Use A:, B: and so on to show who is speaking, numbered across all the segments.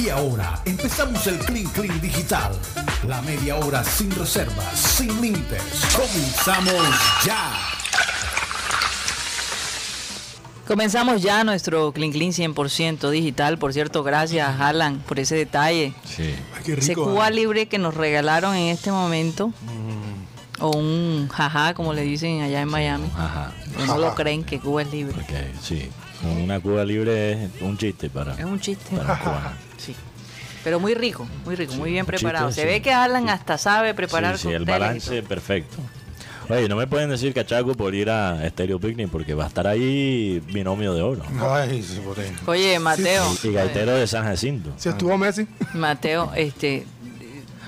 A: Y ahora empezamos el Clean Clean Digital. La media hora sin reservas, sin límites. Comenzamos ya.
B: Comenzamos ya nuestro Clean Clean 100% digital. Por cierto, gracias Alan por ese detalle.
C: Sí.
D: Ay, qué
B: Ese
D: rico.
B: Cuba
D: Alan.
B: Libre que nos regalaron en este momento.
C: Mm.
B: O un jaja, como le dicen allá en Miami.
C: Ajá.
B: No lo creen que Cuba es libre.
C: Ok, sí. Una Cuba libre es un chiste para,
B: Es un chiste.
C: para un cubano.
B: Sí. Pero muy rico, muy rico, muy bien
C: un chiste,
B: preparado. Se
C: sí.
B: ve que Alan hasta sabe preparar
C: Sí, sí, el
B: cócteles y
C: balance perfecto. Oye, no me pueden decir cachaco por ir a Stereo Picnic porque va a estar ahí binomio de oro.
D: Ay, sí, potente.
B: todo. Oye, Mateo.
C: Y gaitero de San Jacinto.
D: Si estuvo Messi.
B: Mateo, este.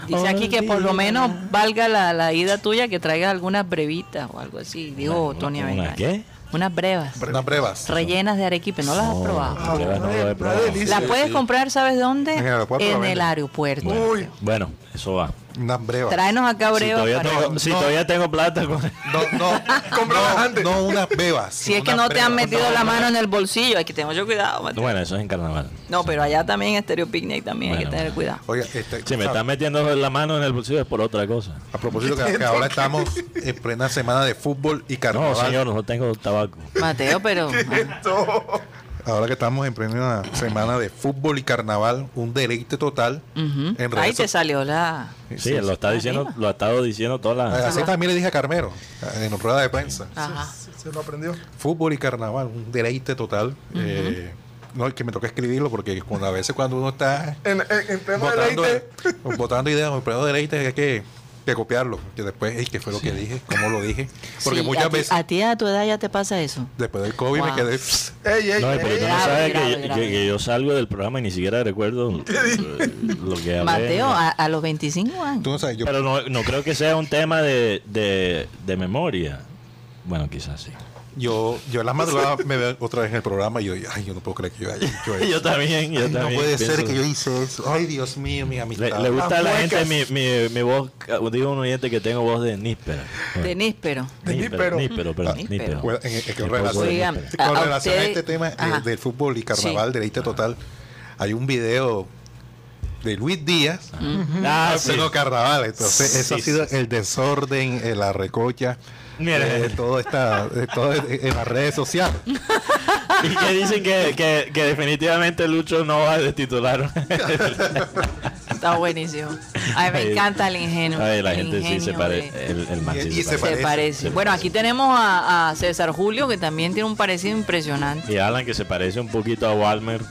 B: Dice aquí que por lo menos valga la, la ida tuya que traigas algunas brevitas o algo así. Dijo
C: Una-
B: Tony
C: una-
B: Avendaño.
C: ¿qué?
B: Unas brevas.
E: Unas brevas.
B: Rellenas de arequipe. No las has probado.
C: No, pruebas no lo he probado.
B: La puedes comprar, ¿sabes dónde?
E: En el aeropuerto la
B: En el
E: venden.
B: aeropuerto.
C: Bueno,
D: Uy.
C: bueno, eso va.
E: Unas brevas.
B: Tráenos acá
C: Si
B: brevas.
C: todavía,
B: para-
C: tengo, si todavía tengo plata con
E: No, no.
D: Cómpralas
E: no,
D: antes.
E: No unas bebas.
B: Si es que no te han metido la mano en el bolsillo, hay que tener mucho cuidado, Mateo.
C: Bueno, eso es en carnaval.
B: No, pero allá también Estéreo Picnic también hay
C: Bueno,
B: que tener cuidado.
E: Oiga, este,
C: Si me
E: o sea,
C: están metiendo la mano en el bolsillo es por otra cosa.
E: a propósito que, que ahora estamos en plena semana de fútbol y carnaval.
C: No, señor, no tengo tabaco.
B: Mateo, pero
E: Ahora que estamos en plena semana de fútbol y carnaval, un deleite total
B: Ujú.
E: en
B: ahí
E: redes
B: te
E: sociales.
B: salió la.
C: Sí, lo
B: Ah,
C: está diciendo, lo ha estado diciendo toda la.
E: Así también le dije a Carmero en rueda de prensa.
B: Ajá.
D: Se, se lo aprendió.
E: Fútbol y carnaval, un deleite total. Eh, no, es que me toca escribirlo porque cuando, a veces cuando uno está
D: En, en, en pleno
E: votando,
D: deleite.
E: votando ideas, en pleno deleite hay que, que copiarlo. Que después, "Ey, ¿qué fue lo que dije? ¿Cómo lo dije? Porque
B: Sí,
E: muchas
B: a ti-
E: veces,
B: A ti a tu edad ya te pasa eso.
E: después del COVID,
B: Wow.
E: me quedé...
D: Ey, ey,
C: No,
D: ey.
C: pero tú no
B: Grave,
C: sabes que,
B: grave,
C: yo- que-
B: grave.
C: que yo salgo del programa y ni siquiera recuerdo eh, lo que hablé.
B: Mateo, ah. a, a los 25 años.
E: Tú no sabes, yo...
C: Pero no, no creo que sea un tema de, de, de memoria. Bueno, quizás sí.
E: Yo, yo en las madrugadas me veo otra vez en el programa y yo, ay, yo no puedo creer que yo haya hecho eso.
C: Yo también, yo
E: Ay, no
C: también.
E: puede ser
C: pienso-
E: que yo hice eso. Ay, Dios mío, mi amistad.
C: Le, le gusta a
D: Las
C: la gente
D: muecas.
C: mi, mi, mi voz, ca- digo un oyente que tengo voz de níspera.
B: De níspero.
D: De níspero.
C: Níspero, perdón,
B: Níspero.
C: níspero.
E: Bueno, en- en- en-
C: Mi
E: eh, con
C: voz de
E: relación,
B: Oigan,
C: níspero.
E: con
B: a- a
E: relación a,
B: ustedes-
E: este tema eh,
B: Ajá.
E: del fútbol y carnaval,
B: Sí.
E: deleite total, hay un video de Luis Díaz.
C: Ah,
E: Ah,
C: sí.
E: pleno carnaval, entonces
C: Sí,
E: eso ha
C: sí,
E: sido el desorden, eh, la recocha,
C: Mira.
E: eh, todo está eh, todo en- en las redes sociales.
C: Y que dicen que, que, que definitivamente Lucho no va a destitular.
B: Está buenísimo. Ay, me
C: Ay,
B: encanta el ingenio.
C: Ay, la
B: el
C: gente sí se
B: ingenio
C: parece.
B: de-
C: El, el man sí
E: Y-
C: se
E: y se
B: Se
C: parece.
B: parece.
C: se
B: Bueno,
C: parece.
B: aquí tenemos a, a César Julio, que también tiene un parecido impresionante.
C: Y Alan que se parece un poquito a Walmer.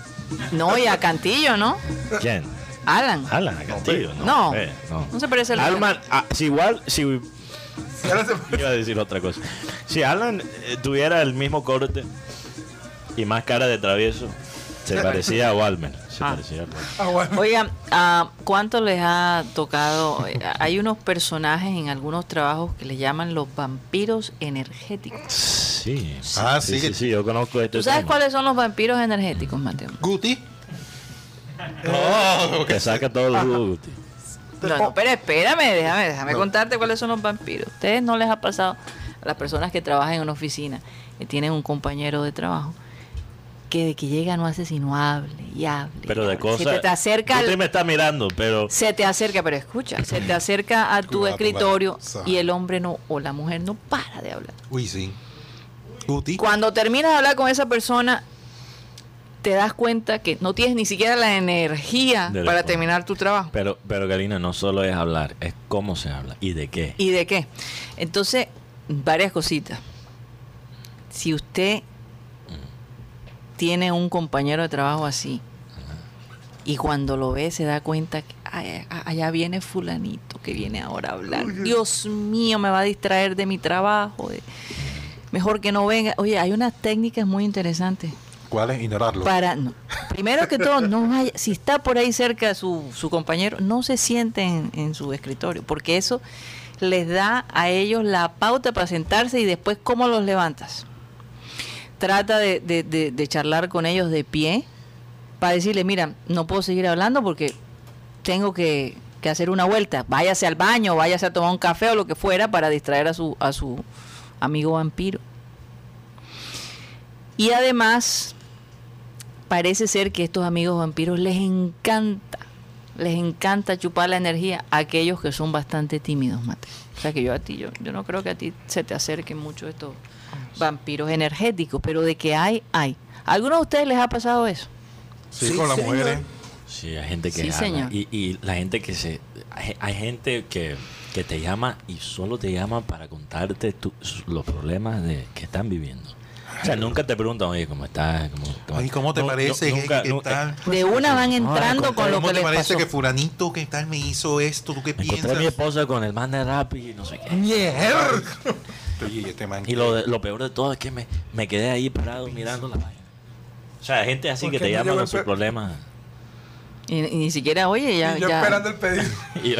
B: No, y a Cantillo, ¿no?
C: ¿Quién?
B: Alan.
C: Alan, a Castillo. Ah, No,
B: No,
C: eh, no.
B: no se parece al
C: Alan, ah, si igual, si
D: Y ahora se-
C: Iba a decir otra cosa. Si Alan eh, tuviera el mismo corte y más cara de travieso, se parecía a Walmer. Se
B: Ah.
C: parecía a Walmer.
D: Ah, bueno.
B: Oigan, ah, ¿cuánto les ha tocado? Eh, Hay unos personajes en algunos trabajos que le llaman los vampiros energéticos.
C: Sí.
E: Ah,
C: Sí,
E: sí.
C: sí, sí, yo conozco este.
B: ¿Tú sabes
C: tema.
B: cuáles son los vampiros energéticos, Mateo?
E: Guti,
C: Que saca todo el jugo, Guti. Oh.
B: No, no, pero espérame, déjame, déjame contarte cuáles son los vampiros. Ustedes no les ha pasado a las personas que trabajan en una oficina, que tienen un compañero de trabajo, que de que llega no hace sino hable y hable. y
C: Pero de
B: hable. Si
C: cosas.
B: te, te acerca al-
C: Guti me está mirando, pero.
B: Se te acerca, pero escucha, se te acerca a tu
E: Cuba, Cuba.
B: escritorio
E: Sa-
B: y el hombre no o la mujer no para de hablar.
E: uy sí, Guti,
B: Cuando terminas de hablar con esa persona, te das cuenta que no tienes ni siquiera la energía
C: De la
B: para
C: forma.
B: terminar tu trabajo.
C: Pero, pero Karina, no solo es hablar, es cómo se habla y de qué.
B: ¿Y de qué? Entonces, varias cositas. Si usted tiene un compañero de trabajo así y cuando lo ve se da cuenta que "Ay, a- allá viene fulanito que viene ahora a hablar. Dios mío, me va a distraer de mi trabajo. de- Mejor que no venga. Oye, hay unas técnicas muy interesantes
E: ¿cuál es ignorarlo?
B: para no. primero que todo no vaya si está por ahí cerca su, su compañero no se siente en, en su escritorio porque eso les da a ellos la pauta para sentarse y después cómo los levantas trata de, de- de- de charlar con ellos de pie para decirle mira no puedo seguir hablando porque tengo que, que hacer una vuelta váyase al baño váyase a tomar un café o lo que fuera para distraer a su a su amigo vampiro y además parece ser que estos amigos vampiros les encanta, les encanta chupar la energía a aquellos que son bastante tímidos, Mate. O sea que yo a ti, yo, yo no creo que a ti se te acerquen mucho estos vampiros energéticos, pero de que hay, hay. ¿A alguno de ustedes les ha pasado eso?
E: Sí,
D: ¿eh? Sí,
E: con las
D: señor.
E: mujeres.
C: Sí, hay gente que
B: Sí,
C: llama.
B: señor.
C: Y, y la gente que se. Hay, hay gente que, que te llama y solo te llama para contarte tu- sus- los problemas de, que están viviendo. O sea, nunca te preguntan, oye, ¿cómo estás? ¿Cómo,
E: Ay, ¿cómo te
C: No,
E: parece?
C: no, nunca,
E: ¿Qué, qué
C: nunca-
E: tal?
B: De una van
E: Ay,
B: entrando
E: ¿cómo-
B: con lo
E: ¿Cómo
B: que
E: te
B: les
E: parece
B: pasó.
E: que fulanito qué tal me hizo esto? ¿Tú qué
C: Me encontré a mi
E: piensas?
C: esposa con el man de rap y no sé qué.
D: Mierda.
E: Oye, este man.
C: Y lo, de- lo peor de todo es que me, me quedé ahí parado mirando la página. O sea, hay gente así que
D: Porque
C: te
D: no
C: llama
D: llegó
C: con
D: el
C: sus
D: pe-
C: problemas
B: Y, y ni siquiera, oye, ya,
D: Y yo
B: ya-
D: esperando el pedido.
C: y yo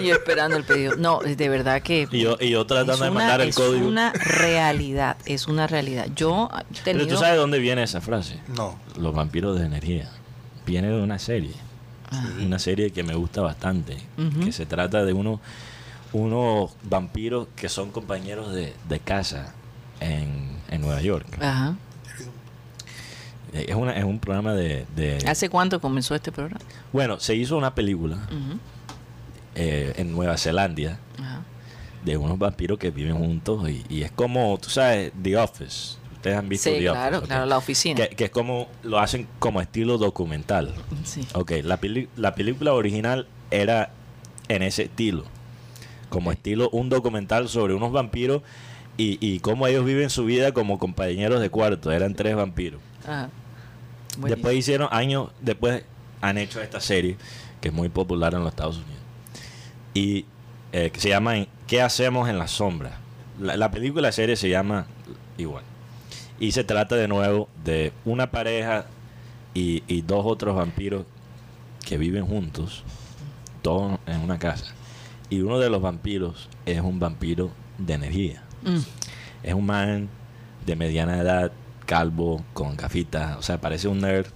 B: y yo esperando el pedido. No, es de verdad que
C: Y yo, y yo tratando
B: es
C: de
B: una-
C: mandar el
B: es
C: código.
B: una realidad, es una realidad. Yo he
C: Pero tú
B: tenido-
C: sabes dónde viene esa frase.
E: No.
C: Los vampiros de energía. Viene de una serie. Una serie que me gusta bastante.
B: Ah. Ujú.
C: Que se trata de uno, unos vampiros que son compañeros de, de casa en, en Nueva York.
B: Ajá.
C: Eh, Es, una, es un programa de, de-
B: ¿Hace cuánto comenzó este programa?
C: Bueno, se hizo una película
B: Ujú.
C: eh, en Nueva Zelanda
B: Ajá.
C: de unos vampiros que viven juntos y, y es como, tú sabes, The Office. Ustedes han visto
B: Sí,
C: The
B: claro,
C: Office. pues, ok.
B: claro, la oficina.
C: Que, que es como, lo hacen como estilo documental.
B: Sí.
C: Ok, la, peli- la película original era en ese estilo. Como estilo, un documental sobre unos vampiros y, y cómo ellos viven su vida como compañeros de cuarto. Eran tres vampiros.
B: Ajá. Buenísimo.
C: Después hicieron, años después han hecho esta serie que es muy popular en los Estados Unidos. Y eh, que se llama en- ¿Qué hacemos en la sombra? La, la película serie se llama igual. Y se trata de nuevo de una pareja y, y dos otros vampiros que viven juntos, todos en una casa. Y uno de los vampiros es un vampiro de energía.
B: Mm.
C: Es un man de mediana edad, calvo, con gafitas, o sea, parece un nerd.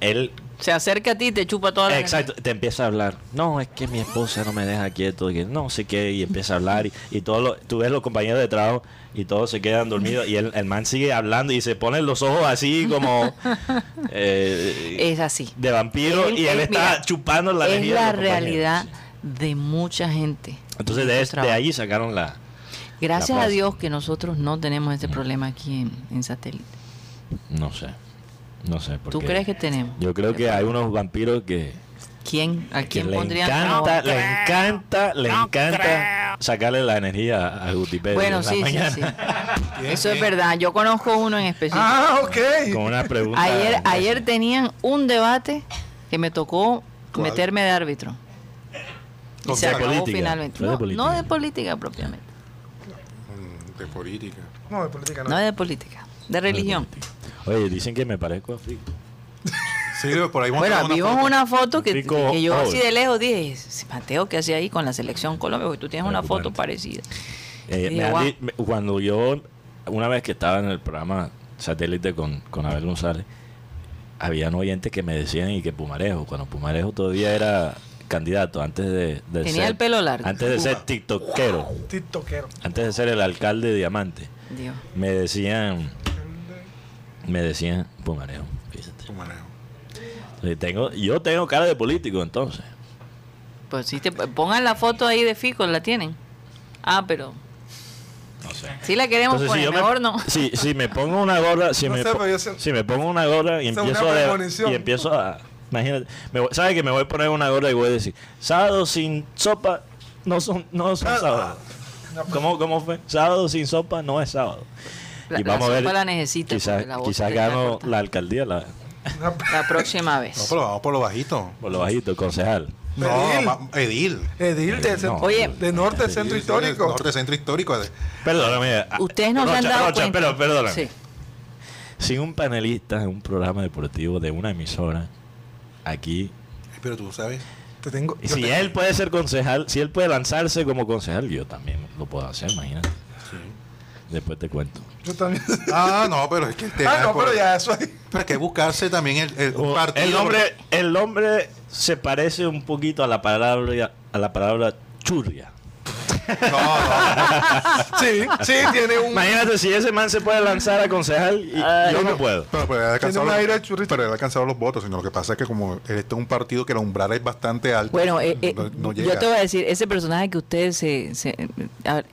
C: Él,
B: Se acerca a ti y te chupa toda la
C: exacto, te empieza a hablar. No, es que mi esposa no me deja quieto, que no sé qué, y empieza a hablar. Y, y todos los- tú ves los compañeros de trabajo y todos se quedan dormidos. Y el, el man sigue hablando y se pone los ojos así como eh,
B: Es así.
C: de vampiro.
B: Él-
C: y él
B: él,
C: está
B: mira,
C: chupando la
B: es
C: energía
B: la
C: de los compañeros,
B: realidad
C: sí.
B: de mucha gente.
C: Entonces,
B: En
C: de,
B: su
C: es- de
B: trabajo.
C: ahí sacaron la.
B: Gracias
C: la Mm.
B: a
C: frase.
B: Dios que nosotros no tenemos este problema aquí en, en satélite.
C: No sé. No sé. por
B: ¿Tú
C: qué.
B: crees que tenemos?
C: Yo creo que hay unos vampiros que,
B: ¿Quién? ¿A
C: que
B: quién
C: le
B: pondrían?
C: encanta,
B: No.
C: le encanta, le encanta sacarle la energía a- a Gutiérrez
B: Bueno, sí, sí, sí. Eso es verdad. Yo conozco uno en específico.
D: Ah, ok.
C: Con una pregunta.
B: Ayer,
C: no sé.
B: ayer tenían un debate que me tocó
E: ¿Cuál?
B: meterme de árbitro. Y
E: ¿Con
B: se
E: qué?
B: acabó
C: ¿Política?
B: finalmente.
C: ¿Fue de
B: No,
C: política?
B: no de política propiamente.
E: Mm, De política.
D: No, de política no.
B: No de política. De religión.
C: Oye, dicen que me parezco a Frico.
E: Sí, por ahí
B: Bueno,
E: mostraron
B: vimos
E: foto.
B: una foto que,
C: Rico
B: que yo así
C: Paul.
B: de lejos dije, "Sí, Mateo, ¿qué hacía ahí con la selección Colombia? Porque tú tienes una foto parecida.
C: Eh,
B: Sí,
C: me han
B: guau.
C: di- me- cuando yo, una vez que estaba en el programa satélite con, con Abel González, habían oyentes que me decían y que Pumarejo, cuando Pumarejo todavía era candidato, antes de, de
B: Tenía
C: ser-
B: el pelo largo.
C: Antes de ser tiktokero,
D: TikTokero.
C: antes de ser el alcalde de Diamante,
B: Dios.
C: me decían, me decían Pumarejo, fíjate.
E: Tu manejo.
C: Entonces, Tengo, yo tengo cara de político entonces.
B: Pues sí, te, pongan la foto ahí de Fico, la tienen. Ah, pero...
C: No sé.
B: Sí la queremos
C: Entonces,
B: poner,
C: si yo
B: mejor
C: me,
B: no.
C: Si, si me pongo una gorra, si,
D: No
C: me,
D: sé,
C: po-
D: pero yo sé-
C: si me pongo una gorra y
D: Esa es
C: empiezo,
D: una
C: a-
D: premonición.
C: y empiezo a. Imagínate, me voy- ¿sabe que me voy a poner una gorra y voy a decir: Sábado sin sopa no son, no son
D: Ah, pues.
C: sábado? ¿Cómo, ¿Cómo fue? Sábado sin sopa no es sábado.
B: La-
C: y vamos
B: la
C: a ver.
B: sopa la necesita
C: Quizás
B: porque la voz
C: quizás
B: te está
C: gano
B: cortando.
C: la alcaldía la,
D: Una-
B: La próxima
E: No,
B: vez.
E: pero vamos por lo bajito.
C: por lo bajito, concejal.
E: No,
D: Edil.
E: ma- Edil.
D: Edil de, centro-
B: Oye.
D: de norte, centro histórico.
E: Norte Centro Histórico.
C: Perdóname. ah,
B: Ustedes no se han
C: Rocha,
B: dado
C: Rocha,
B: cuenta.
C: pero perdóname.
B: Sí.
C: Sin un panelista en un programa deportivo de una emisora aquí
E: Pero tú sabes.
D: Te tengo.
C: Y
D: yo
C: si
D: te-
C: él puede ser concejal, si él puede lanzarse como concejal, yo también lo puedo hacer, imagínate. Después te cuento.
D: Yo también.
E: Ah, no, pero es que el tema
D: Ah, no,
E: es por-
D: pero ya eso ahí.
E: Pero es que buscarse también el, el
B: Oh,
C: O-
E: partido.
C: el nombre, el nombre se parece un poquito a la palabra, a la palabra churria.
D: Sí, sí, tiene un.
C: Imagínate si ese man se puede lanzar a concejal y yo no puedo.
E: Pero, pero él ha alcanzado
D: un
E: los-
D: aire de churrito.
E: pero él ha alcanzado los votos, sino lo que pasa es que como este es un partido que la umbral es bastante alta,
B: Bueno, eh, eh,
E: Pues, no, no llega.
B: yo te voy a decir, ese personaje que usted se... se- a ver,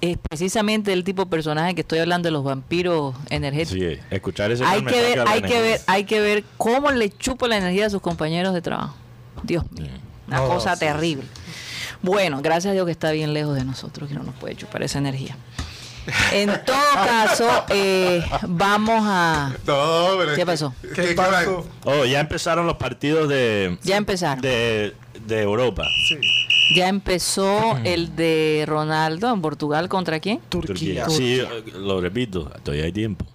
B: es precisamente el tipo de personaje que estoy hablando de los vampiros energéticos.
C: Sí, escuchar ese
B: Eh, hay
C: man me
B: que ver,
C: saca la
B: hay que ver,
C: energía.
B: hay que ver cómo le chupa la energía a sus compañeros de trabajo. Dios mío, una
D: No,
B: cosa
D: sí,
B: terrible. Bueno, gracias a Dios que está bien lejos de nosotros que no nos puede chupar esa energía. En todo caso, eh, vamos a.
E: No, pero es
B: ¿Qué
E: que-
B: pasó?
E: es
D: ¿Qué
E: que-
D: pasó?
C: Oh, ya empezaron los partidos de.
B: Ya empezaron.
C: De, de Europa.
D: Sí.
B: Ya empezó el de Ronaldo en Portugal contra quién?
D: Turquía.
C: Sí, eh, lo repito, todavía hay tiempo.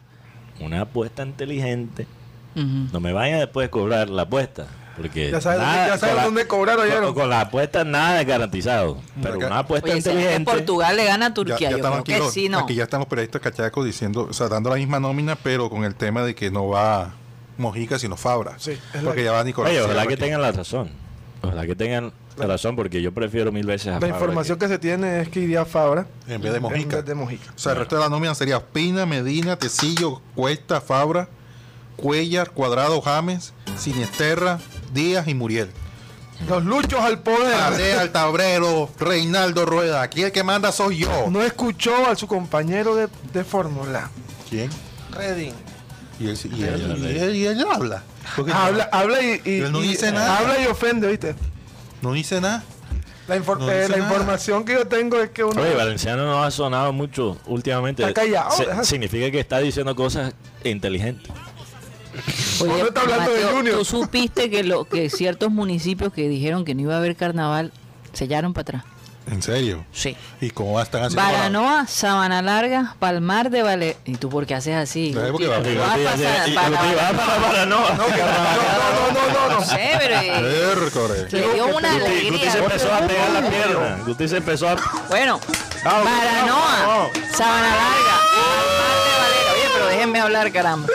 C: Una apuesta inteligente.
B: Ujú.
C: No me vayan después a cobrar la apuesta. Porque
D: Ya sabes dónde- ya sabes
C: con la-
D: dónde cobrar, oyeron.
C: Con, con la apuesta nada es garantizado. Pero
E: Acá-
C: una apuesta
B: Oye, si es que
C: inteligente.
B: Portugal le gana a Turquía, yo creo
E: estamos
B: que
E: aquí los-
B: sí, no.
E: Aquí ya están los periodistas cachacos diciendo, o sea, dando la misma nómina, pero con el tema de que no va Mojica, sino Fabra.
D: Sí, es la-
E: porque ya va Nicolás.
C: Oye,
E: Sierra
C: ojalá que
E: aquí.
C: tengan la razón. Ojalá que tengan la razón porque yo prefiero mil veces a
D: La
C: Fabra
D: información
C: que-
D: que se tiene es que iría a Fabra.
E: En vez de
D: En
E: Mojica.
D: vez de Mojica.
E: O sea, el resto de la nómina sería Pina, Medina, Tecillo, Cuesta, Fabra, Cuellar, Cuadrado, James, Siniesterra, Díaz y Muriel.
D: Los luchos al poder.
E: Andrés Altabrero, Reinaldo Rueda. Aquí el que manda soy yo.
D: No escuchó a su compañero de, de fórmula.
E: ¿Quién?
D: Redding.
E: Y él, y él- y él- y él habla. Porque
D: Habla, habla y, y-
E: Él no
D: y-
E: dice nada.
D: Habla y ofende, ¿viste?
E: No dice nada.
D: La, infor-
E: No
D: eh,
E: dice
D: la
E: nada.
D: información que yo tengo es que uno.
C: Oye, Valenciano no ha sonado mucho últimamente.
D: Está callado,
C: Se-
D: deja-
C: significa que está diciendo cosas inteligentes.
B: Oye,
D: Ahora está hablando de Junior.
B: Tú supiste que lo que ciertos municipios que dijeron que no iba a haber carnaval sellaron para atrás. Ah,
E: ¿En serio?
B: Sí.
E: ¿Y cómo va a estar haciendo? para-
B: Baranoa, Sabana Larga, Palmar de Valer. ¿Y tú por qué haces así?
E: Claro, porque
B: Tú
E: va a pegar.
B: vas
C: Y- y-
B: pasar
C: y-
B: para-
C: y- va para- para- no.
D: No, que- no, no, no, no, no,
B: No sé, pero eh,
E: Miércoles.
B: le dio una
C: Guti- Guti
B: alegría.
C: se empezó a pegar la pierna. Guti se empezó a...
B: Bueno,
C: Ah, ok,
B: Baranoa,
C: vamos,
B: Sabana Larga, Palmar de Valer. Oye, pero déjenme hablar, caramba.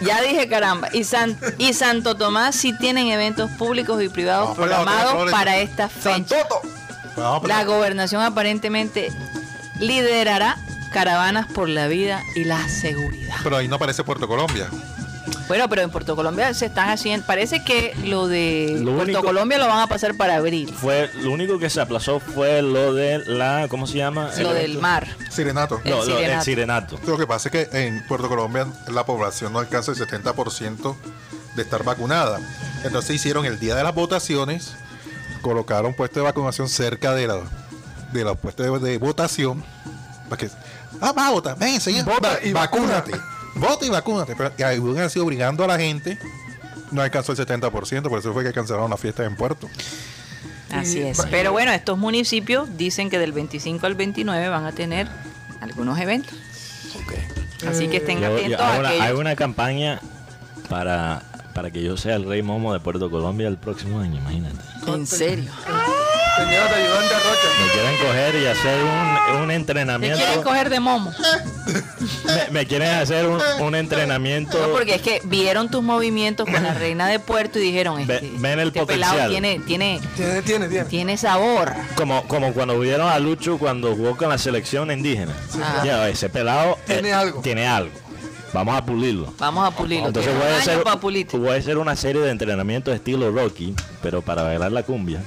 B: Ya dije caramba. Y, San- y Santo Tomás sí tienen eventos públicos y privados
E: Vamos para la otra,
B: programados
E: Flores.
B: para esta fecha.
D: Santoto.
E: Vamos
B: La
E: para-
B: gobernación aparentemente liderará caravanas por la vida y la seguridad.
E: Pero ahí no aparece Puerto Colombia.
B: Bueno, pero en Puerto Colombia se están haciendo. Parece que lo de
C: Lo
B: Puerto
C: único-
B: Colombia lo van a pasar para abril.
C: Fue, lo único que se aplazó fue lo de la... ¿Cómo se llama?
B: Lo
C: El-
B: del mar.
E: Sirenato.
B: El
C: No, lo-
B: sirenato.
C: el sirenato.
E: Lo que pasa es que en Puerto Colombia la población no alcanza el 70% de estar vacunada. Entonces hicieron el día de las votaciones, colocaron puestos de vacunación cerca de la de los puestos de, de votación. Para que, ah, va a votar, ven enseguida,
D: Vota
E: va-
D: y
E: vacúnate. Vota y vacúnate. Pero y aún así obligando a la gente, no alcanzó el 70%, por eso fue que cancelaron las fiestas en Puerto.
B: Así es. Pero bueno, estos municipios dicen que del 25 al 29 van a tener algunos eventos. Así que estén
C: Yo- yo-
B: atentos a
C: hay, una, Eh, hay
B: aquellos.
C: una campaña para, para que yo sea el rey momo de Puerto Colombia el próximo año, imagínate.
B: En serio.
D: Señora de ayudante a Rocha.
C: Me quieren coger y hacer un, un
B: ¿Me
C: entrenamiento.
B: quieren coger de momo?
C: Me, me quieren hacer un, un entrenamiento.
B: No, porque es que vieron tus movimientos con la reina de puerto y dijeron,
C: Ve-
B: este,
C: ven el
B: este pelado
C: potencial.
B: tiene, tiene,
D: Tiene, tiene, tiene.
B: tiene sabor.
C: Como, como cuando vieron a Lucho cuando jugó con la selección indígena.
B: Ah.
C: Ya, ese pelado eh,
D: Tiene algo.
C: tiene algo. Vamos a pulirlo.
B: Vamos a pulirlo.
C: Entonces
B: Tiene
C: voy a,
B: un año
C: hacer,
B: para pulirte.
C: voy a hacer una serie de entrenamientos estilo Rocky, pero para bailar la cumbia.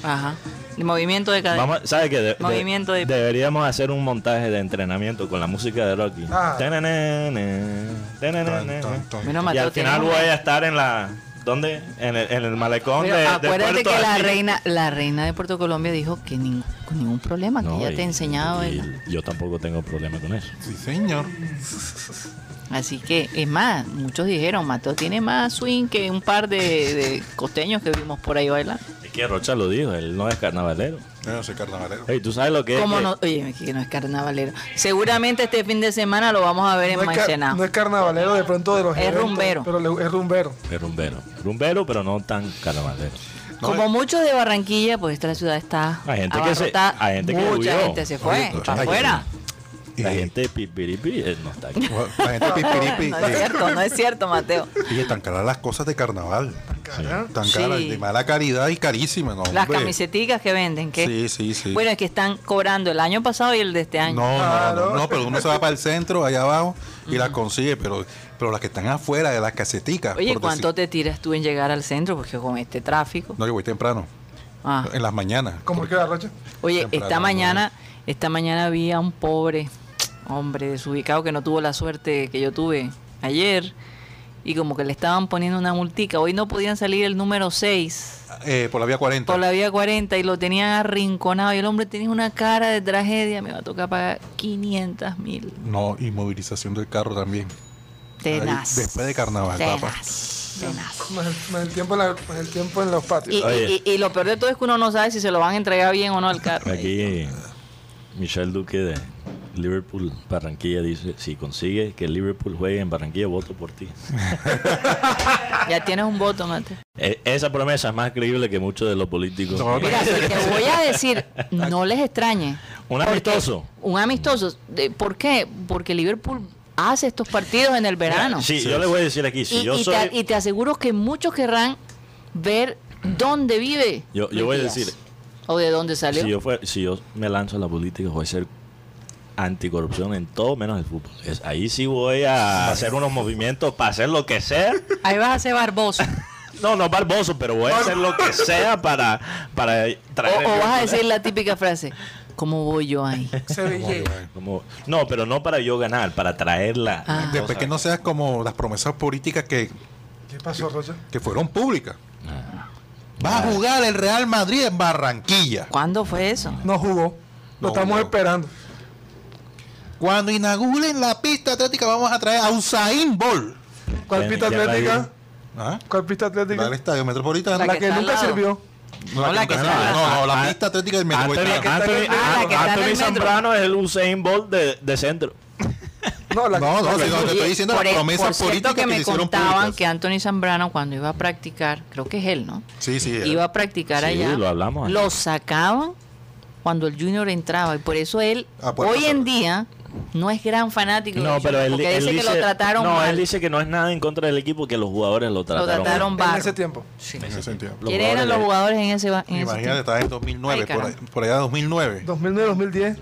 B: Ajá. El movimiento de cadera.
C: Vamos, ¿sabes qué? De- de-
B: Movimiento de-
C: Deberíamos hacer un montaje de entrenamiento con la música de Rocky.
D: Ah.
C: Tananana, tananana.
E: Tan, tan, tan.
B: Bueno,
C: Y
B: Mateo,
C: al final
B: tienes
C: voy
B: un-
C: a estar en la... ¿Dónde? En el, en el malecón
B: Pero
C: de, de
B: acuérdate
C: Puerto
B: que la
C: Asís.
B: reina, la reina de Puerto Colombia dijo que nin- con ningún problema, que
C: No,
B: ella te
C: y-
B: ha enseñado.
C: y
B: el-
C: Yo tampoco tengo problema con eso.
E: Sí, señor.
B: Así que, es más, muchos dijeron, Mateo tiene más swing que un par de, de costeños que vimos por ahí bailar.
C: Es que Rocha lo dijo, él no es carnavalero.
E: Yo no soy carnavalero.
C: Ey, ¿tú sabes lo que es?
B: Como
C: que-
B: no, oye, que no es carnavalero. Seguramente este fin de semana lo vamos a ver
D: No
B: en
D: es, ca-
B: Manchena.
D: no es carnavalero de pronto de los
B: Es
D: eventos,
B: rumbero.
D: Pero le- es rumbero.
C: Es rumbero. Rumbero, pero no tan carnavalero.
B: Como muchos de Barranquilla, pues esta ciudad está
C: Hay gente que se-
B: abarrotada.
C: hay gente que
B: mucha
C: huyó.
B: gente se fue
E: Oye, oye,
B: para afuera.
C: La
E: Eh,
C: gente de Pipiripi eh, no está aquí.
E: La gente pipiripi.
B: No es cierto, no es cierto, Mateo.
E: Y tan caras las cosas de carnaval.
D: cara.
E: Tan
B: Sí.
E: cara, de mala calidad y carísima, ¿no?
B: Las
E: hombre.
B: camisetas que venden, que
E: Sí, sí, sí.
B: bueno, es que están cobrando el año pasado y el de este año.
E: No, no,
D: Claro.
E: no, no, pero uno se va para el centro, allá abajo, y las consigue, pero, pero las que están afuera de las caseticas.
B: Oye,
E: por
B: ¿cuánto
E: decir-
B: te tiras tú en llegar al centro? Porque con este tráfico.
E: No, yo voy temprano,
B: Ah.
E: en las mañanas.
D: ¿Cómo es que la Rocha?
B: Oye,
E: Temprano,
B: esta
E: ¿no?
B: mañana, esta mañana había un pobre hombre desubicado que no tuvo la suerte que yo tuve ayer. Y como que le estaban poniendo una multica. Hoy no podían salir el número 6
E: Eh, por la vía 40.
B: por la vía 40 y lo tenían arrinconado. Y el hombre tenía una cara de tragedia. Me va a tocar pagar 500 mil.
E: No, y movilización del carro también.
B: Tenaz.
E: Ahí, después de carnaval, papá.
B: Tenaz. Tenaz.
D: Más el, más el tiempo en la- más el tiempo en los patios.
B: Y, y- y- y lo peor de todo es que uno no sabe si se lo van a entregar bien o no al carro.
C: Aquí Michelle Duque de Liverpool, Barranquilla, dice, si consigue que Liverpool juegue en Barranquilla, voto por ti.
B: Ya tienes un voto, Mate.
C: E- esa promesa es más creíble que muchos de los políticos.
E: No,
B: Mira, si te voy a decir, no les extrañe.
C: Un amistoso.
B: Un amistoso. De- ¿Por qué? Porque Liverpool hace estos partidos en el verano.
C: Sí, yo le voy a decir aquí, si
B: y,
C: yo
B: y
C: soy...
B: te, y te aseguro que muchos querrán ver dónde vive.
C: Yo- yo voy a
B: Luis Díaz.
C: decir-
B: O de dónde salió.
C: Si yo, fue- si yo me lanzo a la política, voy a ser anticorrupción en todo menos el fútbol. Es- ahí sí voy a hacer unos movimientos para hacer lo que sea.
F: Ahí vas a ser barboso.
C: No, no barboso, pero voy a hacer lo que sea para, para traer...
B: o, o
C: el-
B: vas a decir la típica frase, ¿cómo voy yo ahí?
D: Sevilla.
C: como- no, pero no para yo ganar, para traerla.
B: Ah.
E: Después que no seas como las promesas políticas que,
D: ¿Qué pasó, Rocha?
E: que fueron públicas. Va a jugar el Real Madrid en Barranquilla.
B: ¿Cuándo fue eso?
D: No jugó.
E: No
D: Lo estamos
E: jugó.
D: esperando.
E: Cuando inauguren la pista atlética vamos a traer a Usain Bolt.
D: ¿Cuál
C: Ya-
D: pista
C: ya la
D: atlética?
E: ¿Ah?
D: ¿Cuál pista
E: Va al
D: atlética?
E: estadio metropolitano.
D: La
B: que
D: que
B: está al
D: nunca
B: lado.
D: sirvió.
E: No,
B: No, la que
E: no,
B: está-
E: no, no,
C: Ah,
E: la pista atlética del metropolitano.
D: Anthony-
B: Ah, la que está en el metro.
C: Zambrano es el Usain Bolt de, de centro.
D: No, la
E: No, no,
D: la-
E: sí, no, te
B: Oye,
E: estoy diciendo
B: por
E: las
B: e- por
E: promesas
B: cierto
E: políticas que,
B: que
E: le
B: me
E: hicieron
B: contaban
E: públicas.
B: que Anthony Zambrano cuando iba a practicar, creo que es él, ¿no?
E: Sí, eh, sí.
B: iba a practicar
C: Sí,
B: allá.
C: lo hablamos.
B: Lo sacaban cuando el Junior entraba y por eso él
E: Ah, pues,
B: hoy en
E: pasa.
B: día no es gran fanático.
C: No,
B: del
C: pero
B: Junior,
C: él,
B: porque
C: él
B: dice,
C: dice
B: que lo trataron
C: No,
B: mal.
C: él dice que no es nada en contra del equipo, que los jugadores lo
B: lo
C: trataron.
B: trataron
C: mal.
B: barro.
D: en ese tiempo.
B: Sí.
E: En ese sentido.
C: Los
B: ¿Quiénes eran los
C: jugadores
B: jugadores en ese, ba- en ese
E: Imagínate,
B: tiempo?
E: estaba en 2009,
B: Ay,
E: por, ahí-
B: caramba.
E: por allá 2009.
D: 2009-2010.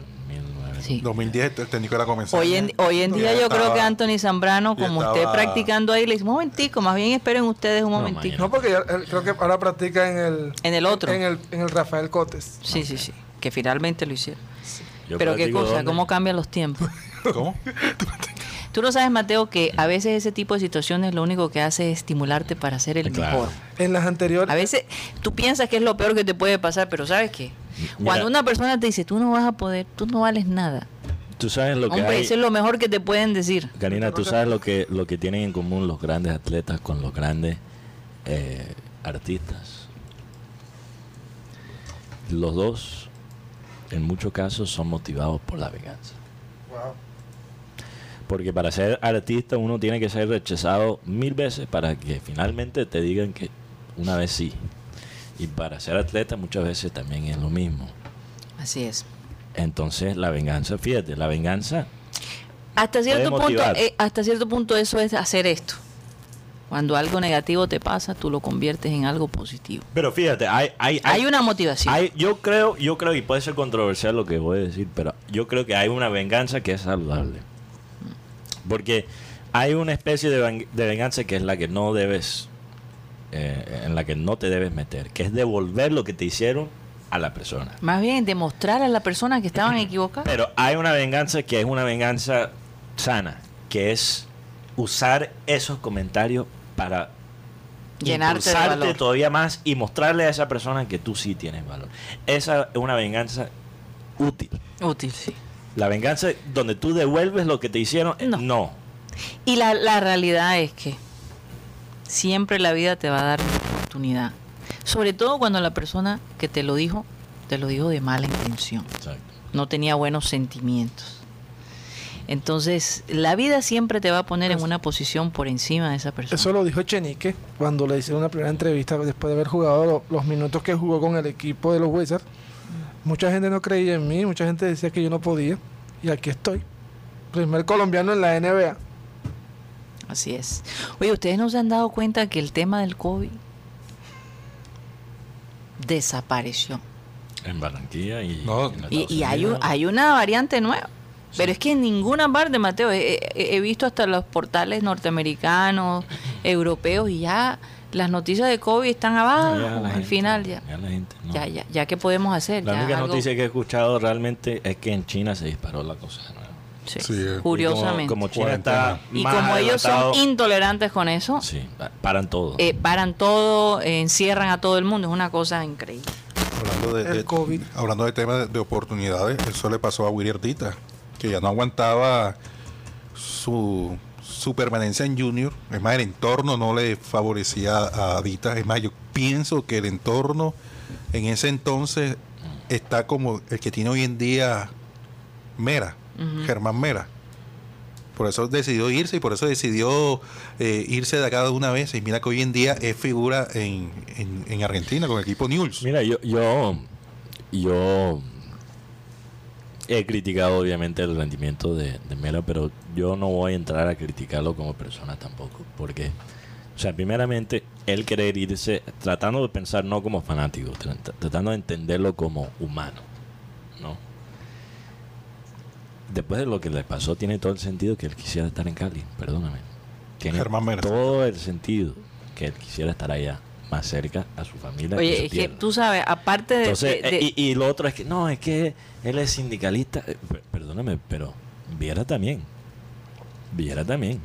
B: Sí.
E: 2010 el técnico era comenzado.
B: Hoy en, hoy en día
E: Ya
B: yo creo
E: estaba-
B: que Anthony Zambrano,
E: ya
B: como usted
E: estaba-
B: practicando ahí, le dice, un momentico, más bien esperen ustedes un
C: imagínate.
B: momentico.
D: No, porque ya, eh, creo que ahora practica en el.
B: En el otro.
D: En el, en el Rafael Cotes.
B: sí, sí, sí, que finalmente lo hicieron.
C: Yo
B: pero qué
C: practico
B: cosa,
C: dónde.
B: cómo cambian los tiempos.
E: ¿Cómo?
B: Tú lo sabes, Mateo, que a veces ese tipo de situaciones lo único que hace es estimularte para ser el
C: Claro.
B: mejor.
D: En las anteriores.
B: A veces tú piensas que es lo peor que te puede pasar, pero ¿sabes qué?
C: Mira.
B: Cuando una persona te dice, tú no vas a poder, tú no vales nada.
C: Tú sabes lo que
B: Hombre,
C: hay.
B: eso es lo mejor que te pueden decir.
C: Karina, tú sabes lo que, lo que tienen en común los grandes atletas con los grandes eh, artistas. Los dos, en muchos casos, son motivados por la venganza.
D: Wow.
C: Porque para ser artista uno tiene que ser rechazado mil veces para que finalmente te digan que una vez sí. Y para ser atleta muchas veces también es lo mismo.
B: Así es.
C: Entonces la venganza, fíjate, la venganza
B: Hasta cierto punto,
C: motivar.
B: eh, hasta cierto punto eso es hacer esto. Cuando algo negativo te pasa, tú lo conviertes en algo positivo.
C: Pero fíjate, hay, hay,
B: Hay una motivación.
C: hay- yo creo, yo creo, y puede ser controversial lo que voy a decir, pero yo creo que hay una venganza que es saludable. Porque hay una especie de, ven- de venganza que es la que no debes, eh, en la que no te debes meter, que es devolver lo que te hicieron a la persona.
B: Más bien demostrar a la persona que estaban equivocadas.
C: Pero hay una venganza que es una venganza sana, que es usar esos comentarios para
B: Llenarte de
C: impulsarte
B: valor.
C: todavía más y mostrarle a esa persona que tú sí tienes valor. Esa es una venganza útil.
B: Útil, sí.
C: La venganza donde tú devuelves lo que te hicieron, eh,
B: No.
C: no.
B: Y la, la realidad es que siempre la vida te va a dar una oportunidad. Sobre todo cuando la persona que te lo dijo, te lo dijo de mala intención. No tenía buenos sentimientos. Entonces, la vida siempre te va a poner en una posición por encima de esa persona.
D: Eso lo dijo Chenique cuando le hicieron una primera entrevista después de haber jugado lo- los minutos que jugó con el equipo de los Wizards. Mucha gente no creía en mí, mucha gente decía que yo no podía. Y aquí estoy. Primer colombiano en la NBA.
B: Así es. Oye, ¿ustedes no se han dado cuenta que el tema del COVID Desaparición.
C: En Barranquilla y.
E: No,
C: en los
B: Y,
C: Estados
B: y hay, un-
C: Unidos.
B: hay una variante nueva. Pero es que en ninguna parte, Mateo, he, he- he visto hasta los portales norteamericanos, europeos, y ya las noticias de COVID están abajo,
C: No, ya la
B: al
C: gente-
B: final ya.
C: Ya la gente. no.
B: Ya, ya, ya qué podemos hacer.
C: La
B: Ya
C: única
B: algo-
C: noticia que he escuchado realmente es que en China se disparó la cosa. ¿no?
B: sí,
E: Sí, eh,
B: curiosamente.
C: Y Como, como China está.
B: y
C: más
B: como ellos
C: adelantado-
B: son intolerantes con eso,
C: Sí, pa- paran todo.
B: eh, paran todo, eh, encierran a todo el mundo. Es una cosa increíble.
E: Hablando de,
D: El
E: de-
D: COVID.
E: hablando de temas de, de oportunidades, eso le pasó a Willy Ardita, que ya no aguantaba su, su permanencia en Junior. Es más, el entorno no le favorecía a Ardita. Es más, yo pienso que el entorno en ese entonces está como el que tiene hoy en día Mera, Germán Mera. Por eso decidió irse y por eso decidió eh, irse de acá de una vez. Y mira que hoy en día es figura en, en- en Argentina con el equipo News.
C: Mira, yo, yo, yo he criticado obviamente el rendimiento de, de Mera, pero yo no voy a entrar a criticarlo como persona tampoco, porque, o sea, primeramente, él querer irse, tratando de pensar no como fanático, tra- tra- tratando de entenderlo como humano, ¿no? Después de lo que le pasó, tiene todo el sentido que él quisiera estar en Cali, perdóname. Tiene
E: Germán Mera.
C: todo el sentido que él quisiera estar allá, más cerca a su familia. que su
B: Oye, es que
C: tierra.
B: tú sabes, aparte de...
C: Entonces,
B: de- de-
C: eh, y, y lo otro es que, no, es que él es sindicalista. Eh, per- Perdóname, pero Viera también. Viera también.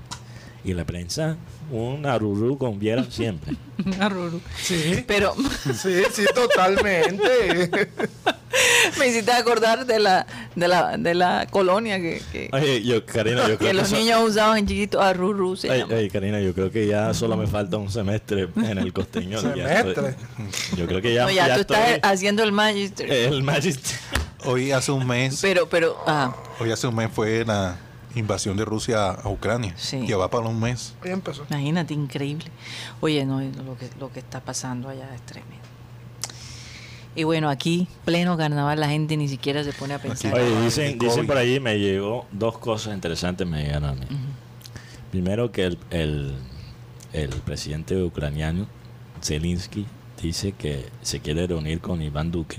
C: Y la prensa, un arurú con Viera siempre.
D: Sí,
B: pero
D: sí, sí, totalmente.
B: me hiciste acordar de la, de la, de la colonia que... que-
C: Oye, yo, Karina, yo creo
B: que
C: que...
B: los
C: so-
B: niños usaban en chiquito a Ruru. se
C: Oye,
B: llama.
C: oye, Karina, yo creo que ya solo me falta un semestre en el costeño. Ya estoy-
D: Semestre.
C: yo creo que ya,
B: No, ya,
C: ya
B: tú
C: estoy Eh,
B: estás haciendo el magister.
C: el magister.
E: Hoy hace un mes,
B: pero, pero, ah,
E: hoy hace un mes fue la invasión de Rusia a Ucrania.
B: Sí.
E: Ya va para un mes.
D: Ahí empezó.
B: imagínate, increíble. Oye, no, lo que, lo que está pasando allá es tremendo. Y bueno, aquí, pleno carnaval, la gente ni siquiera se pone a pensar.
C: Oye, dicen,
E: Covid.
C: dicen por allí, me llegó dos cosas interesantes me llegaron a mí. Primero que el, el, el presidente ucraniano, Zelensky, dice que se quiere reunir con Iván Duque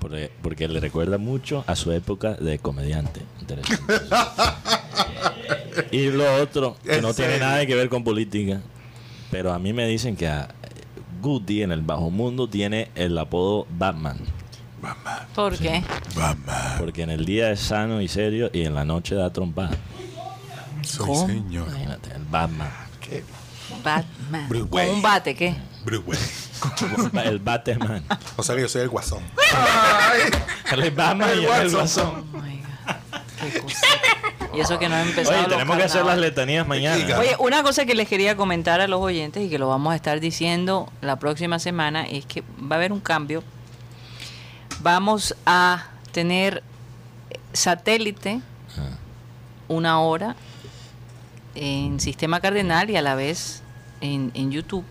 C: porque, porque le recuerda mucho a su época de comediante. Interesante. y lo otro, que no
E: ¿En
C: tiene
E: serio?
C: nada que ver con política, pero a mí me dicen que a Guti en el bajo mundo tiene el apodo Batman.
B: ¿Por qué?
C: Porque en el día es sano y serio y en la noche da trompada.
E: Soy
B: ¿Cómo?
E: señor.
C: Imagínate, el Batman.
B: Batman.
E: Bruce
B: ¿Con un
E: Wayne.
B: bate qué?
E: Bruce Wayne.
C: El Batman.
E: O sea que yo soy el guasón.
C: El Batman y el Guasón.
B: Oh my God. Qué cosa. Y eso que no ha empezado.
C: Oye,
B: los
C: tenemos que hacer las
B: carnavales.
C: letanías
E: Diga.
C: mañana.
B: Oye, una cosa que les quería comentar a los oyentes y que lo vamos a estar diciendo la próxima semana es que va a haber un cambio. Vamos a tener eh, satélite
C: Ah.
B: una hora en Sistema Cardenal y a la vez en, en YouTube.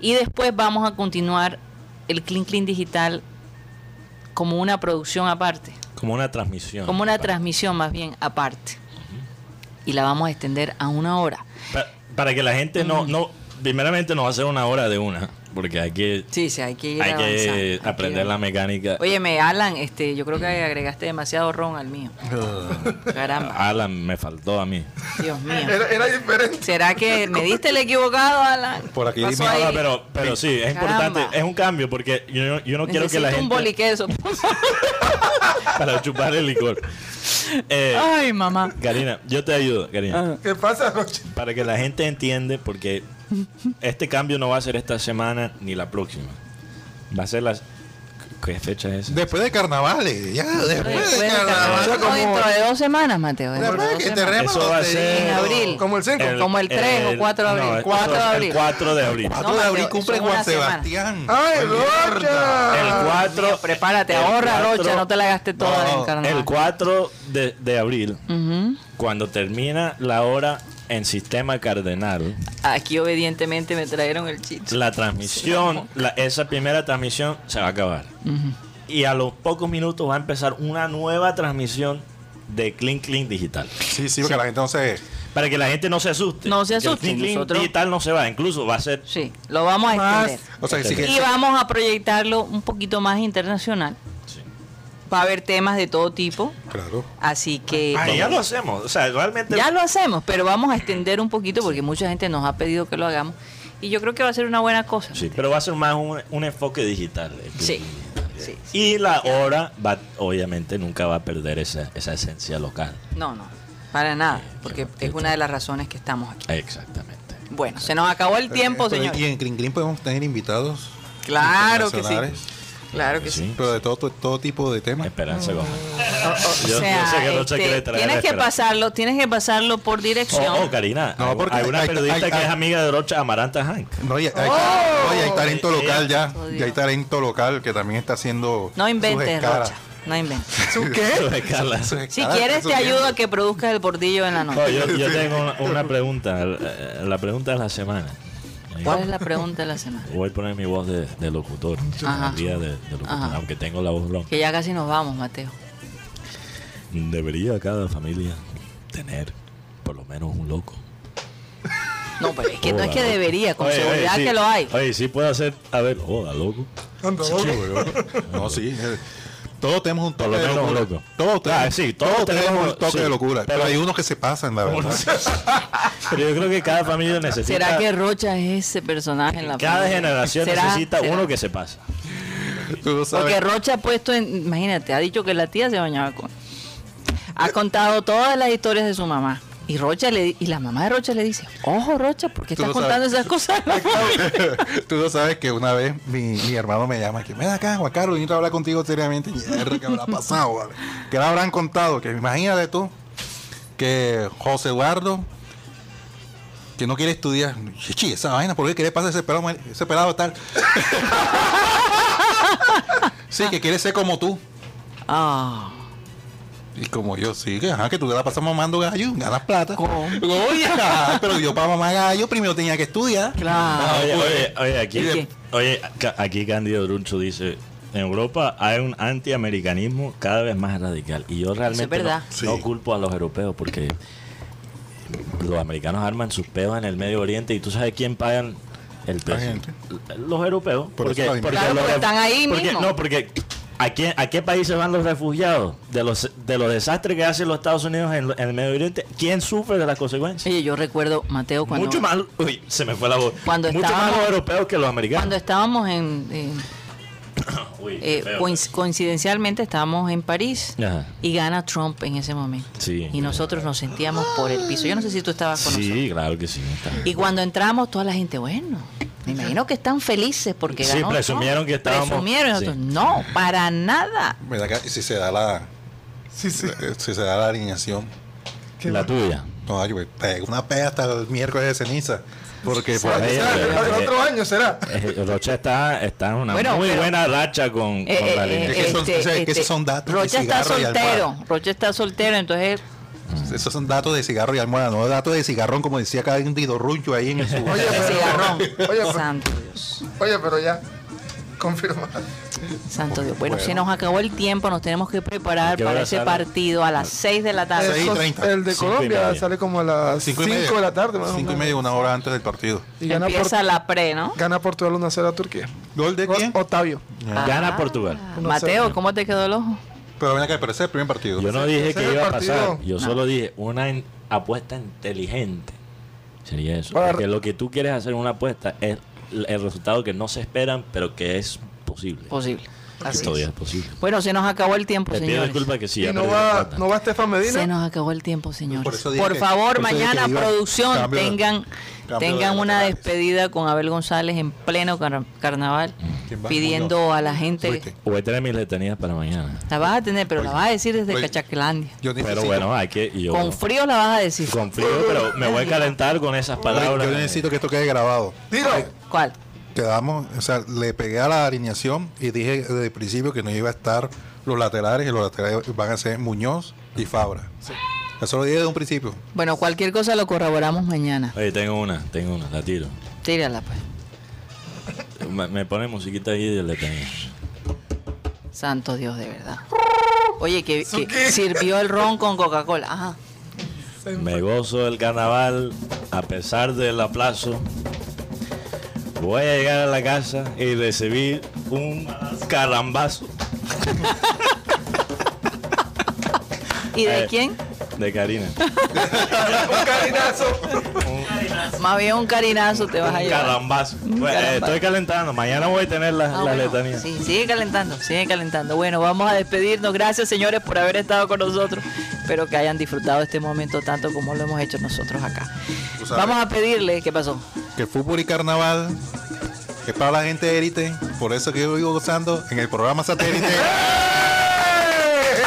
B: Y después vamos a continuar el Clean Clean Digital como una producción aparte.
C: Como una transmisión.
B: Como una
C: Pa-
B: transmisión más bien aparte. Y la vamos a extender a una hora.
C: pa- Para que la gente no,
B: Mm.
C: no. Primeramente nos va a hacer una hora de una. Porque hay que,
B: Sí, sí, hay que ir
C: hay
B: avanzando,
C: que
B: hay que
C: aprender
B: ir
C: la
B: avanzando.
C: mecánica.
B: Óyeme, Alan, este, yo creo que agregaste demasiado ron al mío.
E: Ah.
B: Caramba,
C: Alan me faltó a mí.
B: Dios mío.
D: Era, era diferente.
B: ¿Será que me diste el equivocado, Alan?
E: Por aquí
B: ¿Qué pasó
E: mismo-
B: ahí?
C: Ah, pero, pero sí, es
B: Caramba.
C: importante. Es un cambio porque yo, yo no quiero
B: Necesito
C: que la
B: un
C: gente.
B: boliqueso.
C: Para chupar el licor. Eh,
B: Ay, mamá.
C: Karina, yo te ayudo, Karina.
D: ¿Qué pasa, Roche?
C: Para que la gente entiende, porque este cambio no va a ser esta semana ni la próxima. Va a ser las. ¿Qué fecha es? esa?
E: Después de carnavales. Ya, después,
B: Después
E: de
B: de
E: carnavales.
B: carnaval. No, dentro de dos semanas, Mateo. dentro
E: Después
B: de dos
E: de que te
B: semanas.
E: remos
C: Eso va a
E: te
C: ser-
E: digo.
B: En abril.
D: Como el 5.
B: como el 3 o 4 de abril. Ah,
C: el
B: 4 de abril.
C: El 4 de abril.
B: No,
E: Cuatro de
B: Mateo,
E: abril
B: eso
E: cumple
B: es
E: Juan
B: una semana.
E: Sebastián.
D: ¡Ay,
E: ¡Mierda!
D: Rocha!
C: El 4.
B: Prepárate,
C: el
B: ahorra,
C: cuatro-
B: Rocha, no te la gastes toda
E: No,
B: en carnaval.
C: El 4 de, de abril,
B: Ujú.
C: cuando termina la hora en sistema cardenal,
B: Aquí obedientemente me trajeron el chiste.
C: la transmisión, la- esa primera transmisión se va a acabar. Y a los pocos minutos va a empezar una nueva transmisión de Clean Clean Digital.
E: Sí, sí, porque la gente no se.
C: Para que la gente no se asuste.
B: No se
C: Que el
B: asuste,
C: Think Link
B: nosotros-
C: digital no se va, incluso va a ser
B: Sí, lo vamos a
D: Más.
B: extender.
E: O sea, que sí que-
B: Y vamos a proyectarlo un poquito más internacional.
C: Sí.
B: Va a haber temas de todo tipo,
E: Claro.
B: así que
C: Ah, ya lo hacemos. O sea, realmente.
B: ya lo hacemos, pero vamos a extender un poquito porque mucha gente nos ha pedido que lo hagamos y yo creo que va a ser una buena cosa.
C: Sí, pero va a ser más un, un enfoque digital. el Think
B: Sí,
C: Link.
B: sí, sí.
C: Y la hora, va, obviamente, nunca va a perder esa, esa esencia local.
B: No, no, para nada, porque
C: qué
B: es una de las razones que estamos aquí.
C: Exactamente.
B: Bueno, se nos acabó el tiempo,
E: Pero,
B: señor.
E: Y en Clean Clean podemos tener invitados.
B: Claro que sí.
E: internacionales,
B: Claro que sí.
E: Pero de todo, todo tipo de temas.
C: Esperanza Gómez.
B: O- o
C: Yo- yo
B: sea,
C: sé que no sé
B: este,
C: qué le traerá,
B: tienes que
C: pero-
B: pasarlo, tienes que pasarlo por dirección.
C: Oh, oh, Karina.
E: No,
C: hay-
E: porque
C: hay una
E: hay-
C: periodista
E: hay-
C: que
E: hay-
C: es amiga de Rocha, Amaranta Hank.
E: No, y hay, hay- no, y hay talento local ya. Y hay talento local que también está haciendo.
B: No
E: sus
B: inventes,
E: escalas.
B: Rocha. No inventes.
C: De Carla.
E: Sus
B: Si
E: escalas,
B: quieres,
E: eso
B: te
E: tiene.
B: ayudo a que produzcas el bordillo en la noche.
C: No, yo, yo tengo una, una pregunta. eh, La pregunta de la semana.
B: ¿Cuál es la pregunta de la semana?
C: Voy a poner mi voz de, de locutor.
B: Ajá.
C: el día de, de locutor,
B: Ajá.
C: aunque tengo la voz ronca.
B: Que ya casi nos vamos, Mateo.
C: Debería cada familia tener por lo menos un loco.
B: No, pero es que no
C: Joda,
B: es que
C: loco.
B: debería, con
C: Oye, oye,
B: seguridad
C: sí.
B: que lo hay.
C: Oye, sí puede hacer. A ver, joda, loco.
D: Anda,
E: Sí,
D: vamos.
E: weón. No, sí. eh, Todos tenemos un
C: Por
E: toque
C: lo
E: de
C: menos un
E: locura.
C: loco.
E: Todos, tenemos-
C: Ah, sí,
E: todos,
C: todos
E: tenemos
C: tenemos-
E: un toque
C: sí,
E: de locura. Pero,
C: pero-
E: hay unos que se pasan, la verdad.
C: Pero yo creo que cada familia necesita.
B: ¿Será que Rocha es ese personaje en la
C: Cada
B: familia?
C: generación
B: ¿Será?
C: necesita
B: ¿Será?
C: uno que se pasa.
E: Tú lo sabes.
B: Porque Rocha ha puesto en. Imagínate, ha dicho que la tía se bañaba con. Ha contado todas las historias de su mamá. Y Rocha le, y la mamá de Rocha le dice, ojo Rocha, ¿por qué
E: Tú
B: estás
E: lo
B: contando esas
E: sabes.
B: cosas? a la familia?"
E: Tú no sabes que una vez mi, mi hermano me llama que ven acá, Juan Carlos, necesito hablar contigo seriamente. Y "Mierda, ¿Qué habrá pasado? vale? ¿Qué le habrán contado? Que imagínate tú que José Eduardo que no quiere estudiar. Chichi, esa vaina, ¿por qué quiere pasar ese pelado, mal- ese pelado tal? sí, que quiere ser como tú.
B: Ah.
E: Y como yo, sí, que, ajá, que tú te la pasas mamando gallo, ganas plata.
B: ¿Cómo?
E: Oye, ajá, pero yo para mamar gallo primero tenía que estudiar.
B: Claro.
C: oye, oye, oye, aquí,
E: ¿Y
B: de-
C: oye, ca- aquí Cándido Druncho dice. En Europa hay un antiamericanismo cada vez más radical. Y yo realmente no-
B: verdad.
E: Sí.
C: no, culpo a los europeos porque los americanos arman sus peos en el Medio Oriente y tú sabes quién pagan el precio.
E: gente.
C: Los europeos.
E: Por
C: porque,
E: eso la
C: porque
B: Claro,
C: los
B: porque
C: ref-
B: están ahí
C: porque-
B: mismo.
C: No, porque ¿a, quién- ¿a qué países van los refugiados? De los, de los desastres que hacen los Estados Unidos en, en el Medio Oriente, ¿quién sufre de las consecuencias?
B: Oye, yo recuerdo, Mateo, cuando,
C: mucho más, uy, se me fue la voz.
B: Cuando
C: mucho más
B: estábamos-
C: los europeos que los americanos.
B: cuando estábamos en... en-
C: Uy,
B: eh,
C: feo.
B: coinc- coincidencialmente estábamos en París
C: Ajá.
B: y gana Trump en ese momento.
C: Sí.
B: Y nosotros nos sentíamos por el piso. Yo no sé si tú estabas con nosotros.
C: Sí, claro que sí. está.
B: Y cuando entramos, toda la gente, bueno, me imagino que están felices porque
C: Sí,
B: ganó Trump.
C: presumieron que estábamos-
B: Presumieron, y nosotros,
C: sí.
B: no, para nada.
E: Mira acá, y si se da la,
D: Sí, sí.
E: eh, si se da la alineación.
D: Qué
C: La
D: mal.
C: tuya.
E: No, yo me pego una pea hasta el miércoles de ceniza. Porque por
D: Ah,
E: ahí-
D: será,
C: Ella-
D: El otro año será.
C: Eh, Rocha está, está en una
B: Bueno,
C: muy
B: pero-
C: buena racha con,
B: Eh,
C: con la
B: eh,
C: línea.
E: Es que son- o sea, que esos son datos de
B: Rocha está
E: cigarro y
B: soltero.
E: almohada.
B: Rocha está soltero, entonces
E: esos son datos de cigarro y almohada, no datos de cigarrón, como decía cada didorrucho ahí en su.
D: Oye,
B: el
D: pero-
B: cigarrón.
D: oye,
B: santo Dios.
D: Oye, pero ya. Confirmado.
B: Santo Dios. Bueno,
E: Bueno.
B: se nos acabó el tiempo, nos tenemos que
C: ¿A
B: preparar
C: qué
B: para
C: hora
B: ese
C: sale?
B: partido a las 6 de la tarde.
E: Seis y
D: Eso-
E: treinta.
D: el de
C: Cinco y
D: Colombia
C: media.
D: sale como a las 5 de la tarde. más o
E: 5 y
D: menos.
E: media, una hora antes del partido.
D: Y gana, por,
B: Empieza la pre, ¿no?
D: gana Portugal 1-0 a Turquía.
E: ¿Gol de quién?
D: Octavio.
B: ah.
C: Gana Portugal.
B: Mateo, ¿cómo te quedó el ojo?
E: Pero ven acá, pero ese es el primer partido.
C: Yo no dije que
D: ese
C: iba a
D: partido-
C: pasar. Yo solo dije una in- apuesta inteligente. Sería eso.
D: Para-
C: Porque lo que tú quieres hacer en una apuesta es l- el resultado que no se esperan, pero que es posible.
B: Posible. Así
C: Todavía
B: es.
C: es posible.
B: Bueno, se nos acabó el tiempo,
C: Te pido
B: señores.
C: disculpas que sí. ya
D: Y no
C: perdí la
D: va,
C: cuenta.
D: no va Estefan
B: Se
D: Medina.
B: nos acabó el tiempo, señores.
E: Por
B: Por,
E: eso dije que-
B: favor,
E: por eso dije
B: mañana
E: que iba-
B: producción
E: cambio de-
B: tengan
E: cambio
B: tengan
E: de
B: una
E: laterales.
B: despedida con Abel González en pleno car- carnaval,
C: Mm.
E: ¿Quién va?
B: pidiendo a la gente.
E: Fuiste.
C: Voy a tener mis letanías para mañana.
B: La vas a tener, pero la vas a decir desde
E: oye.
B: Cachaquelandia.
E: Yo necesito,
C: Pero bueno, hay que. Yo,
B: Con frío la vas a decir.
C: con frío, pero me voy a calentar con esas palabras.
E: yo necesito que esto quede grabado.
D: Dilo.
B: ¿Cuál?
E: Quedamos, o sea, le pegué a la alineación y dije desde el principio que no iba a estar los laterales y los laterales van a ser Muñoz y Fabra. Eso lo dije desde un principio.
B: Bueno, cualquier cosa lo corroboramos mañana.
C: Oye, tengo una, tengo una, la tiro.
B: Tírala, pues.
C: Me, me pone musiquita ahí de letanía.
B: Santo Dios, de verdad. Oye, que, que sirvió el ron con Coca-Cola. Ajá.
C: Me gozo del carnaval a pesar del aplazo. Voy a llegar a la casa y recibir un carambazo.
B: ¿Y de
C: Eh,
B: quién?
C: De Karina.
G: Un carinazo.
B: Más bien un carinazo te vas a
C: un
B: llevar.
C: carambazo.
B: Un
C: Pues, eh,
B: carambazo.
C: estoy calentando. Mañana voy a tener las
B: Ah,
C: la
B: bueno,
C: letanías.
B: Sí, sigue calentando, sigue calentando. Bueno, vamos a despedirnos. Gracias, señores, por haber estado con nosotros. Espero que hayan disfrutado este momento tanto como lo hemos hecho nosotros acá.
E: Tú sabes.
B: Vamos a pedirle, ¿qué pasó?
E: Que el fútbol y carnaval es para la gente élite. Por eso que yo vivo gozando en el programa satélite.
C: ¡Eh!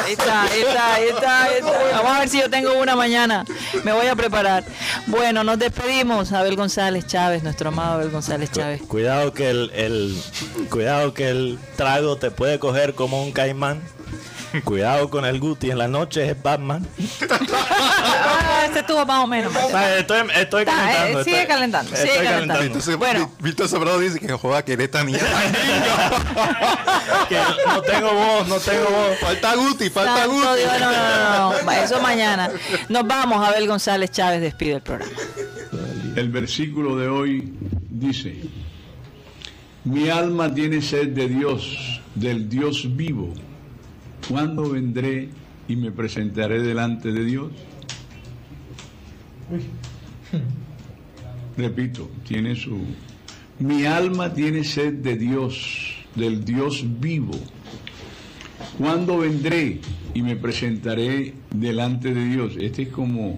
B: Ahí está, ahí está, ahí está, ahí está. Vamos a ver si yo tengo una mañana. Me voy a preparar. Bueno, nos despedimos. Abel González Chávez, nuestro amado Abel González Chávez.
C: Cuidado que el, el- cuidado que el trago te puede coger como un caimán. Cuidado con el Guti, en la noche es Batman.
B: Ah, este estuvo más o menos.
C: Ah, Estoy, estoy
B: Está, eh,
C: calentando.
B: sigue
C: estoy-
B: calentando, sigue
C: estoy
B: calentando.
E: Entonces,
B: Bueno.
E: Vi- Víctor Sobrado dice que joda que letanía.
C: Que no tengo voz, no tengo voz.
E: falta Guti, falta
B: Santo
E: Guti.
B: Dios, no, no, no, no. Eso mañana. Nos vamos, Abel González Chávez despide el programa.
F: El versículo de hoy dice, mi alma tiene sed de Dios, del Dios vivo. ¿Cuándo vendré y me presentaré delante de Dios? Repito, tiene su... Mi alma tiene sed de Dios, del Dios vivo. ¿Cuándo vendré y me presentaré delante de Dios? Este es como...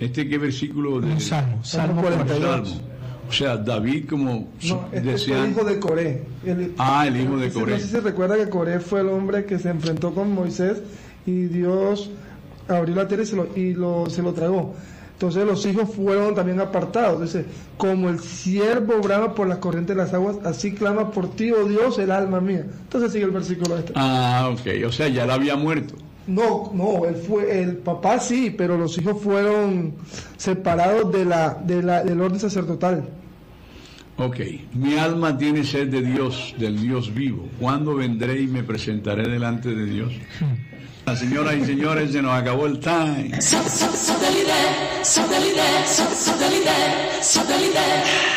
F: ¿Este qué versículo? De,
D: Salmo,
G: Salmo
D: Salmo 42.
F: Salmo. O sea, David como
D: No, este es
F: decía...
D: el hijo de Coré. El-
F: Ah, el hijo de
D: no sé-
F: Coré.
D: No sé si se recuerda que Coré fue el hombre que se enfrentó con Moisés y Dios abrió la tierra y, se lo, y lo- se lo tragó. Entonces los hijos fueron también apartados. Dice, como el siervo brama por las corrientes de las aguas, así clama por ti, oh Dios, el alma mía. Entonces sigue el versículo este.
F: Ah, ok. O sea, ya la había muerto.
D: No, no, él fue, el papá sí, pero los hijos fueron separados de la, de la, del orden sacerdotal.
F: Ok. Mi alma tiene sed de Dios, del Dios vivo. ¿Cuándo vendré y me presentaré delante de Dios?
D: Hmm.
F: Las señoras y señores, se nos acabó el time.
H: Satellite, satellite, satellite, satellite.